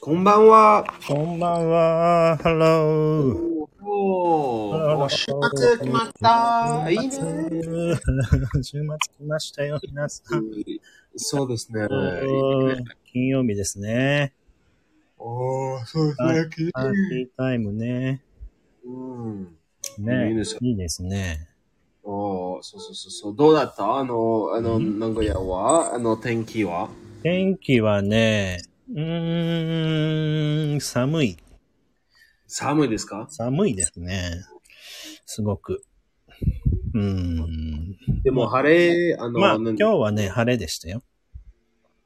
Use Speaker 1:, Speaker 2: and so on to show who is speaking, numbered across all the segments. Speaker 1: こんばんは。
Speaker 2: こんばんは。Hello。
Speaker 1: おー週末決まった。いい
Speaker 2: 週
Speaker 1: ね。
Speaker 2: 末週末来ましたよ、皆さん。
Speaker 1: そうですね。
Speaker 2: 金曜日ですね。
Speaker 1: おー、そうですね。
Speaker 2: パーティータイムね。
Speaker 1: うん。
Speaker 2: ね。
Speaker 1: いいですよ
Speaker 2: いいですね。
Speaker 1: おー、そうそうそうそう。どうだったあの、あの、名古屋はあの、天気は
Speaker 2: 天気はね、うーん、寒い。
Speaker 1: 寒いですか
Speaker 2: 寒いですね。すごく。うーん。
Speaker 1: でも晴れ、あの、
Speaker 2: まあ、
Speaker 1: な
Speaker 2: 今
Speaker 1: ん
Speaker 2: 日はね、晴れでしたよ。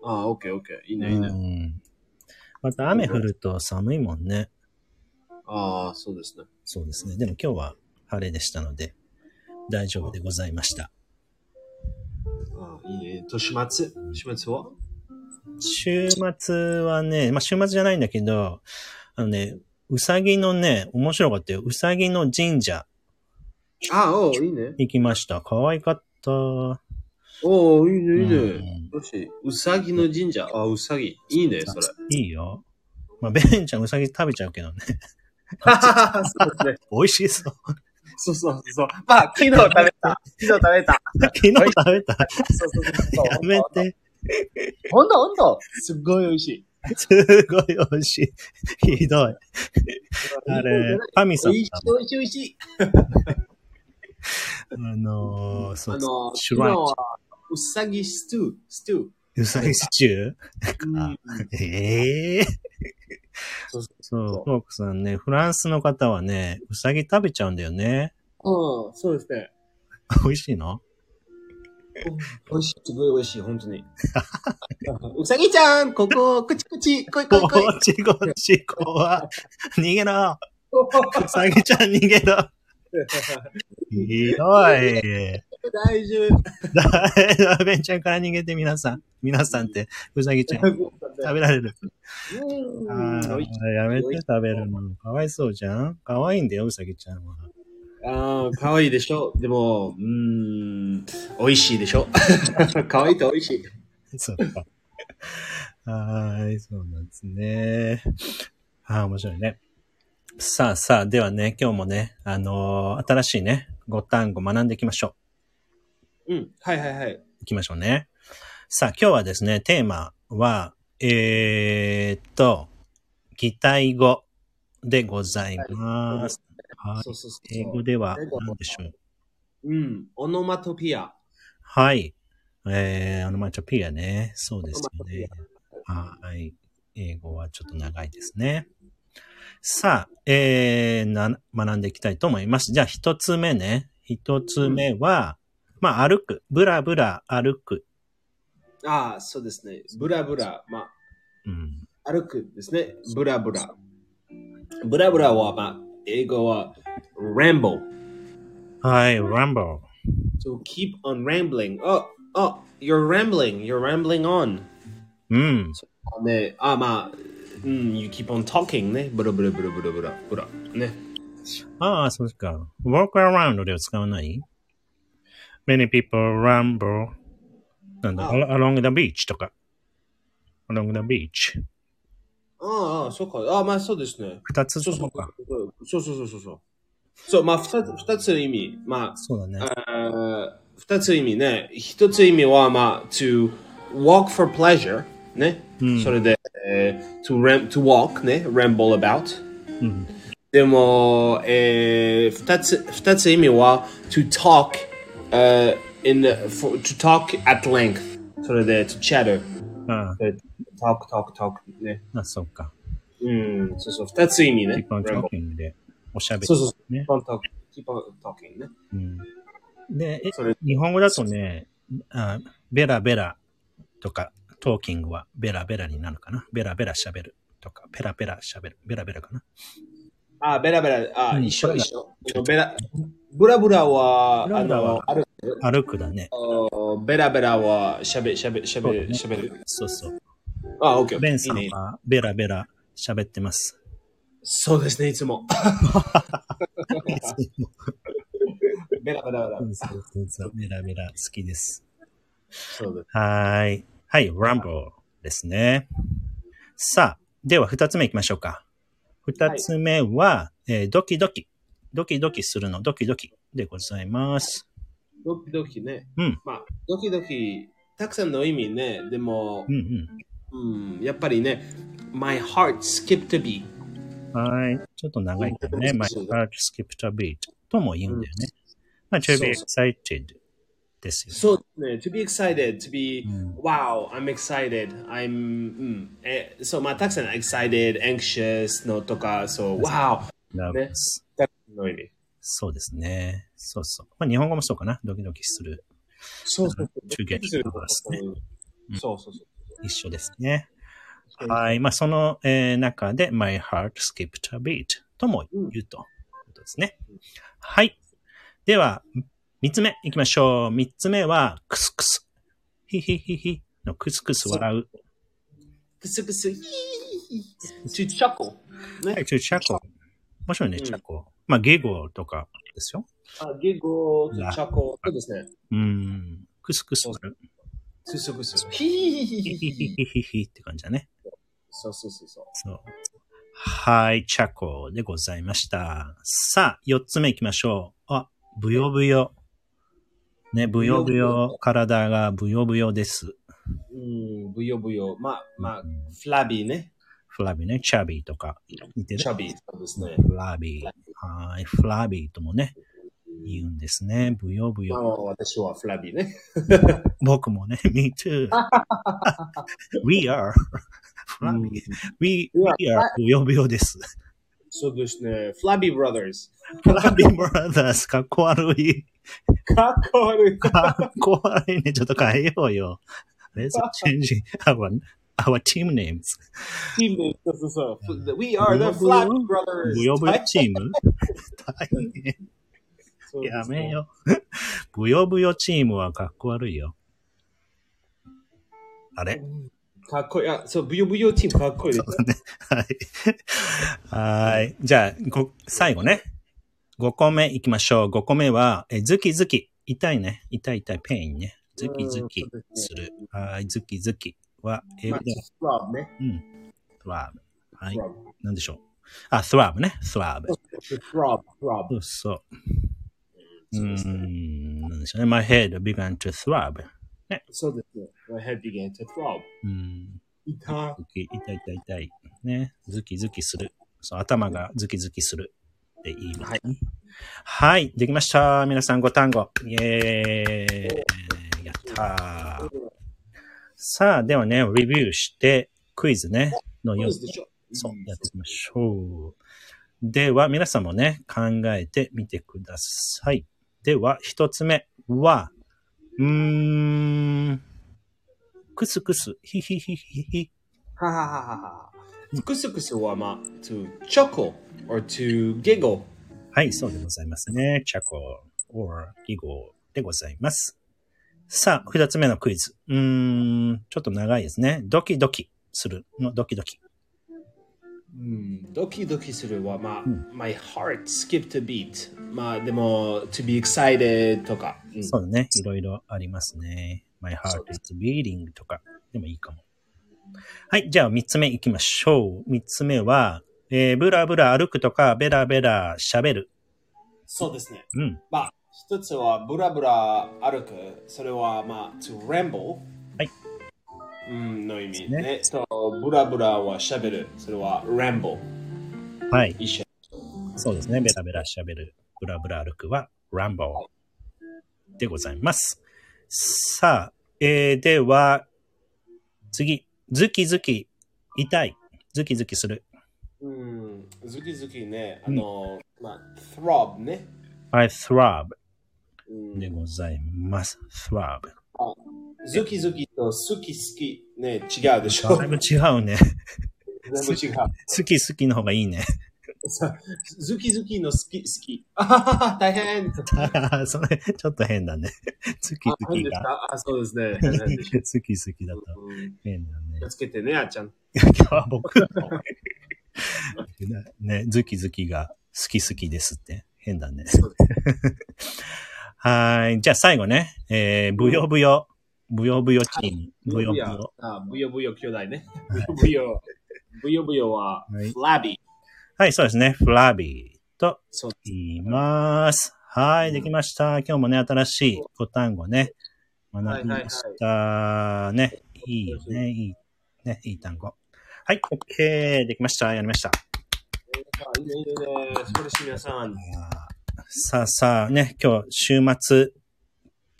Speaker 1: あー、オッケーオッケー。いいうね、いいね。
Speaker 2: ん。また雨降ると寒いもんね。
Speaker 1: ああ、そうですね。
Speaker 2: そうですね。でも今日は晴れでしたので、大丈夫でございました。
Speaker 1: あーいいね。と、週末週末は
Speaker 2: 週末はね、まあ週末じゃないんだけど、あのね、うさぎのね、面白かったよ。うさぎの神社
Speaker 1: ああ、おー、いいね。
Speaker 2: 行きました。可愛かった。
Speaker 1: おー、いいね、いいね。
Speaker 2: うん
Speaker 1: よし、うさぎの神社。あ、うさぎ。いいね、それ。
Speaker 2: いいよ。まあ、ベンちゃんうさぎ食べちゃうけどね。
Speaker 1: そうですね。
Speaker 2: 美味しそう。
Speaker 1: そうそうそう。まあ、昨日 食べた。昨日食べた。
Speaker 2: 昨日食べた。
Speaker 1: そうそうそう。
Speaker 2: やめて。
Speaker 1: ほんとほんと。すっごい美味しい。
Speaker 2: すごい美味しい。ひどい。あれ、神
Speaker 1: 美
Speaker 2: 様
Speaker 1: 味しい、美味しい、美味しい。
Speaker 2: あのー、そ
Speaker 1: あ
Speaker 2: う、
Speaker 1: の、
Speaker 2: シ
Speaker 1: 昨
Speaker 2: ュ
Speaker 1: 日
Speaker 2: ワイ
Speaker 1: は、うさぎステュー、ステュー。
Speaker 2: うさぎシチュー
Speaker 1: うん
Speaker 2: ええ
Speaker 1: そうそ
Speaker 2: そう、トークさんね、フランスの方はね、うさぎ食べちゃうんだよね。
Speaker 1: うん、そうですね。
Speaker 2: 美味しいの
Speaker 1: 美味しい、すごい美味しい、本当に。 うさぎちゃん、ここ、こちこち、こいこい
Speaker 2: こ
Speaker 1: こい。
Speaker 2: っちこっち、こわ。逃げろ。うさぎちゃん逃げろ。ひどい。
Speaker 1: 大丈
Speaker 2: だ、ベンちゃんから逃げて、皆さん。皆さんって、うさぎちゃん。
Speaker 1: 夫。
Speaker 2: 食べられる。あ
Speaker 1: うん
Speaker 2: ー
Speaker 1: 美味しい
Speaker 2: やめて食べるの。かわいそうじゃんかわいいんだよ、うさぎちゃんは。
Speaker 1: ああ、かわいいでしょ。でも、うーん、美味しいでしょ。 かわいいと美味しい。
Speaker 2: そうか。はーい、そうなんですね。ああ、面白いね。さあさあ、ではね、今日もね、あのー新しいね、ご単語学んでいきましょ
Speaker 1: うん、はいはいはい。
Speaker 2: う。いきましょうね。さあ、今日はですね、テーマは、えーっと、擬態語でございます。はい。
Speaker 1: そうそうそう
Speaker 2: 英
Speaker 1: そ
Speaker 2: 語
Speaker 1: う。
Speaker 2: では何でしょう
Speaker 1: うん、オノマトピア。
Speaker 2: はい。えー、オノマトピアね。そうですよね
Speaker 1: オ。
Speaker 2: はい。英語はちょっと長いですね。さあ、えー、な、学んでいきたいと思います。じゃあ、一つ目ね。一つ目は、まあ、歩く。ブラブラ歩く。
Speaker 1: ああ、そうですね。ブラブラ、ま
Speaker 2: うん。
Speaker 1: あ、歩くですね。ブラブラ。ブラブラは、まあ、英語は、ramble。
Speaker 2: はい、ramble。
Speaker 1: So keep on rambling. Oh, oh, you're rambling. You're rambling on.
Speaker 2: うん。
Speaker 1: ね、あ、まあ、うん、you keep on talking ね。ブラブラブラブラブラブラ。ね。
Speaker 2: ああ、そうか。walk around では使わない ?many people ramble. なんだ、
Speaker 1: あ
Speaker 2: along the beach とか。along the beach。
Speaker 1: ああ、そうか。あまあそうですね。
Speaker 2: 二つ
Speaker 1: そうそ
Speaker 2: と
Speaker 1: う
Speaker 2: か。
Speaker 1: そうそうそうそうそう。そう、まあ二つ、二つの意味。ま
Speaker 2: そうだね。
Speaker 1: あ、あー二つ意味ね。一つ意味は、まあ、to walk for pleasure ね。それで、えー to, ram, to walk ね。ramble about。
Speaker 2: うん。
Speaker 1: でも、えー、二つ、二つ意味は、to talk, uh, in the, for, to talk at length. それで、to chatter.
Speaker 2: あ
Speaker 1: えー talk, talk, talk ね。
Speaker 2: あ、あそうか。
Speaker 1: うん、そうそう、二つ意味ね。
Speaker 2: 一般
Speaker 1: ramble
Speaker 2: トーキングでおしゃべり
Speaker 1: そうそうそ
Speaker 2: ね
Speaker 1: Keep on talking. Keep on talking ね。
Speaker 2: うんで、え
Speaker 1: それ
Speaker 2: 日本語だとね、あベラベラとか、トーキングはベラベラになるかな。ベラベラしゃべるとか、ペラペラしゃべる。ベラベラかな。
Speaker 1: あ、ベラベラ、あ、
Speaker 2: うん
Speaker 1: 一緒
Speaker 2: ベラ
Speaker 1: 一緒。ベラ、ブラブラは、
Speaker 2: ブラ
Speaker 1: あ
Speaker 2: ブラは
Speaker 1: の、ある、
Speaker 2: 歩くだね。
Speaker 1: おベラベラは、しゃべ、しゃべ、しゃ
Speaker 2: そうだね
Speaker 1: べ、しゃべる。
Speaker 2: そうそう。
Speaker 1: あ、オッケー。
Speaker 2: ベンさ
Speaker 1: い
Speaker 2: ん
Speaker 1: いね
Speaker 2: はベラベラしゃべってます。
Speaker 1: そうですね、いつも。
Speaker 2: いつも
Speaker 1: ベラベラベラ
Speaker 2: う。ん そうそうそうベラベラ好きです。
Speaker 1: そうです。
Speaker 2: はーい。はい、Rumble ですね。さあ、では、二つ目行きましょうか。二つ目は、えードキドキ。ドキドキするの、ドキドキでございます。
Speaker 1: ドキドキね。
Speaker 2: うん
Speaker 1: まあ、ドキドキ、たくさんの意味ね。でも
Speaker 2: う、ん
Speaker 1: うん、やっぱりね、My heart skipped a beat。
Speaker 2: うん。はい。ちょっと長いからね。
Speaker 1: うん
Speaker 2: My heart skipped a beat とも言うんだよね。まあ、to
Speaker 1: そう
Speaker 2: be excited ですよね。
Speaker 1: そうですね。To be excited, to be,
Speaker 2: うん
Speaker 1: wow, I'm excited, I'm, mm, eh, うん。え、そう、まあ、たくさん excited, anxious のとか、そう、wow,
Speaker 2: Love
Speaker 1: ね
Speaker 2: is
Speaker 1: たくさんの意味。
Speaker 2: そうですね。そうそう。まあ、日本語もそうかな。ドキドキする。
Speaker 1: そうそうそう。
Speaker 2: 中継企画ですね
Speaker 1: うんそうそうそう。
Speaker 2: 一緒ですね。
Speaker 1: うん
Speaker 2: はい。まあ、その、えー中で、my heart skipped a beat とも言うと。ことですね
Speaker 1: うん。
Speaker 2: はい。では、三つ目行きましょう。三つ目は、クスクス。ヒヒヒヒのクスクス笑う。
Speaker 1: クスクス、ヒーヒーヒー to chuckle. ね
Speaker 2: はい、ちょ、チャコ。面白いね、
Speaker 1: うん
Speaker 2: チャコ。まあ、ゲゴとかですよ。
Speaker 1: あ、giggle, Uh, to
Speaker 2: な
Speaker 1: chuckle. そうですね。
Speaker 2: うん。クスクス笑う。
Speaker 1: クスクス。ヒーヒーヒ
Speaker 2: ヒ
Speaker 1: ー
Speaker 2: ヒ
Speaker 1: ヒー
Speaker 2: ヒヒヒって感じだね。
Speaker 1: そうそうそうそう。
Speaker 2: そう。はい、チャコでございました。さあ、四つ目行きましょう。あ、ブヨブヨ。ね、ブヨブヨ。体がブヨブヨです。
Speaker 1: うん、ぶよぶよ。まあ、まあ、フラビーね。
Speaker 2: フラビーね、チャビーとか。似て
Speaker 1: チ
Speaker 2: る
Speaker 1: ャビー。そうですね。
Speaker 2: フラビー。はい、フラビーともね、言うんですね。ブヨブ
Speaker 1: まあ、
Speaker 2: ヨ。
Speaker 1: Oh, 私はフラビーね。
Speaker 2: 僕もね、me too. We are. フラビー。We, we are ブヨブヨです。
Speaker 1: そうですね。フラビーブラザーズ。
Speaker 2: フラビーブラザーズ、かっこ悪い。
Speaker 1: かっこ悪い。
Speaker 2: かっこ悪いね。ちょっと変えようよ。Let's change our, our team names.
Speaker 1: チーム、そうそうそう。We are the Flappy Brothers.
Speaker 2: ブヨブヨ
Speaker 1: はい
Speaker 2: チーム大変。
Speaker 1: そうですね
Speaker 2: やめ。よ。ブヨブヨチームはかっこ悪いよ。あれ
Speaker 1: かっこいい。あ、そう、ブヨブヨチームかっこいいです。
Speaker 2: はい。はい。じゃあ、ご、最後ね。5個目いきましょう。5個目は、えズキズキ。痛いね。痛い痛い。ペインね。ズキズキする。はい。ズキズキは、英
Speaker 1: まあ
Speaker 2: 語では、
Speaker 1: フラブね。
Speaker 2: うん。トラブ。はい
Speaker 1: フ。ラブ。
Speaker 2: なんでしょう。あ、スワブね。スワブ。
Speaker 1: フラブ、フラ
Speaker 2: そ
Speaker 1: ブ。
Speaker 2: うそう。う
Speaker 1: そうです
Speaker 2: ー
Speaker 1: ね
Speaker 2: ん。なんでしょうね。My head began to throb.
Speaker 1: そうですね。My head began to throb.
Speaker 2: うん。
Speaker 1: 痛
Speaker 2: 痛い痛い痛い。ね。ズキズキする。そう、頭がズキズキする。で、いいね。はい。はい。できました。皆さんご単語。イェーイ。やったー。さあ、ではね、レビューして、クイズね。の
Speaker 1: そ
Speaker 2: 様
Speaker 1: う
Speaker 2: 子
Speaker 1: でしょ。
Speaker 2: そう、やってみましょう。では、皆さんもね、考えてみてください。では、一つ目は、うーん、クスクス、ヒヒヒヒヒ。
Speaker 1: ははははは。クスクスはまあ、to chuckle or to giggle。
Speaker 2: はい、そうでございますね。チャコ、or、ギゴでございます。さあ、二つ目のクイズ。うーん、ちょっと長いですね。ドキドキするの、ドキドキ。
Speaker 1: うん、ドキドキするはまあ、
Speaker 2: う
Speaker 1: my heart skipped a beat。まあでも、to be excited とか。うん
Speaker 2: そうだね。いろいろありますね。My heart is beating とかでもいいかも。はい。じゃあ、三つ目行きましょう。三つ目は、えー、ブラブラ歩くとか、ベラベラ喋る。
Speaker 1: そうですね。
Speaker 2: うん。
Speaker 1: まあ、一つはブラブラ歩く。それはまあ、to ramble。
Speaker 2: はい。
Speaker 1: うん、の意味
Speaker 2: ね
Speaker 1: ね。そう、ブラブラは喋る。それは ramble。
Speaker 2: はい。
Speaker 1: 一緒。
Speaker 2: そうですね。ベラベラ喋る。ブラブラ歩くは、ramble でございます。さあ、えー、では、次。ズキズキ、痛い。ズキズキする。
Speaker 1: うん、ズキズキね。あの、まあ、throb ね。
Speaker 2: I throb
Speaker 1: うん
Speaker 2: でございます。throb。
Speaker 1: ズキズキと好き好きね違うでしょ
Speaker 2: だいぶ違うね。
Speaker 1: 全部違う。
Speaker 2: 好き好きの方がいいね。
Speaker 1: さズキズキの好き好き。 あははは大変
Speaker 2: それ、ちょっと変だね。好き
Speaker 1: あ
Speaker 2: 好
Speaker 1: 変
Speaker 2: き
Speaker 1: です
Speaker 2: が。
Speaker 1: かあ、そうですね。
Speaker 2: 好
Speaker 1: 大変でし
Speaker 2: き 好きだと
Speaker 1: ょうん
Speaker 2: 変だね
Speaker 1: 気を。つけてね、あーちゃん。
Speaker 2: 今日は僕の。ね、ズキズキが好き好きですって。変だね。
Speaker 1: そうで
Speaker 2: はい。じゃあ最後ね。えー、ブヨブヨ。ブヨブヨチーム。
Speaker 1: す
Speaker 2: ブヨブヨ。
Speaker 1: あ、ブヨブヨ兄弟ね。ブヨブヨ。ブヨブヨは
Speaker 2: はい、
Speaker 1: フラビー。
Speaker 2: はい、そうですね。フラビーと
Speaker 1: そうです
Speaker 2: 言います。はい、できました。今日もね、新しいご単語ね、学びましたね。いいよね、いい、ね、いい単語。はい、OK。できました。やりました。
Speaker 1: あいいね、いいね、いいね。素晴らしい皆さん。
Speaker 2: さあさあね、今日週末、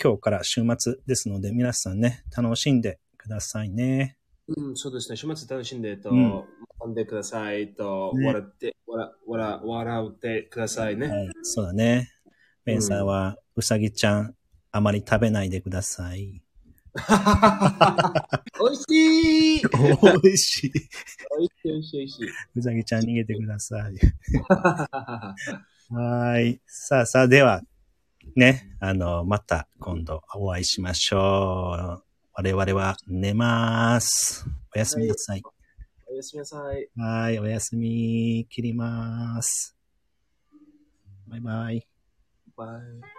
Speaker 2: 今日から週末ですので、皆さんね、楽しんでくださいね。
Speaker 1: うん、そうですね。週末楽しんでと、
Speaker 2: うん
Speaker 1: 学んでくださいと、
Speaker 2: ね
Speaker 1: 笑って、笑笑笑ってくださいね。
Speaker 2: はい、そうだね。ベンさんは、うさぎちゃん、あまり食べないでください。
Speaker 1: おいしい
Speaker 2: おいしい。
Speaker 1: おいしい、おいしい、おいしい。
Speaker 2: うさぎちゃん逃げてください。はい。さあさあ、では、ね、あの、また今度お会いしましょう。我々は寝ます。おやすみなさい。
Speaker 1: おやすみなさい。
Speaker 2: はい、おやすみ、切ります。バイバイ。
Speaker 1: バイ。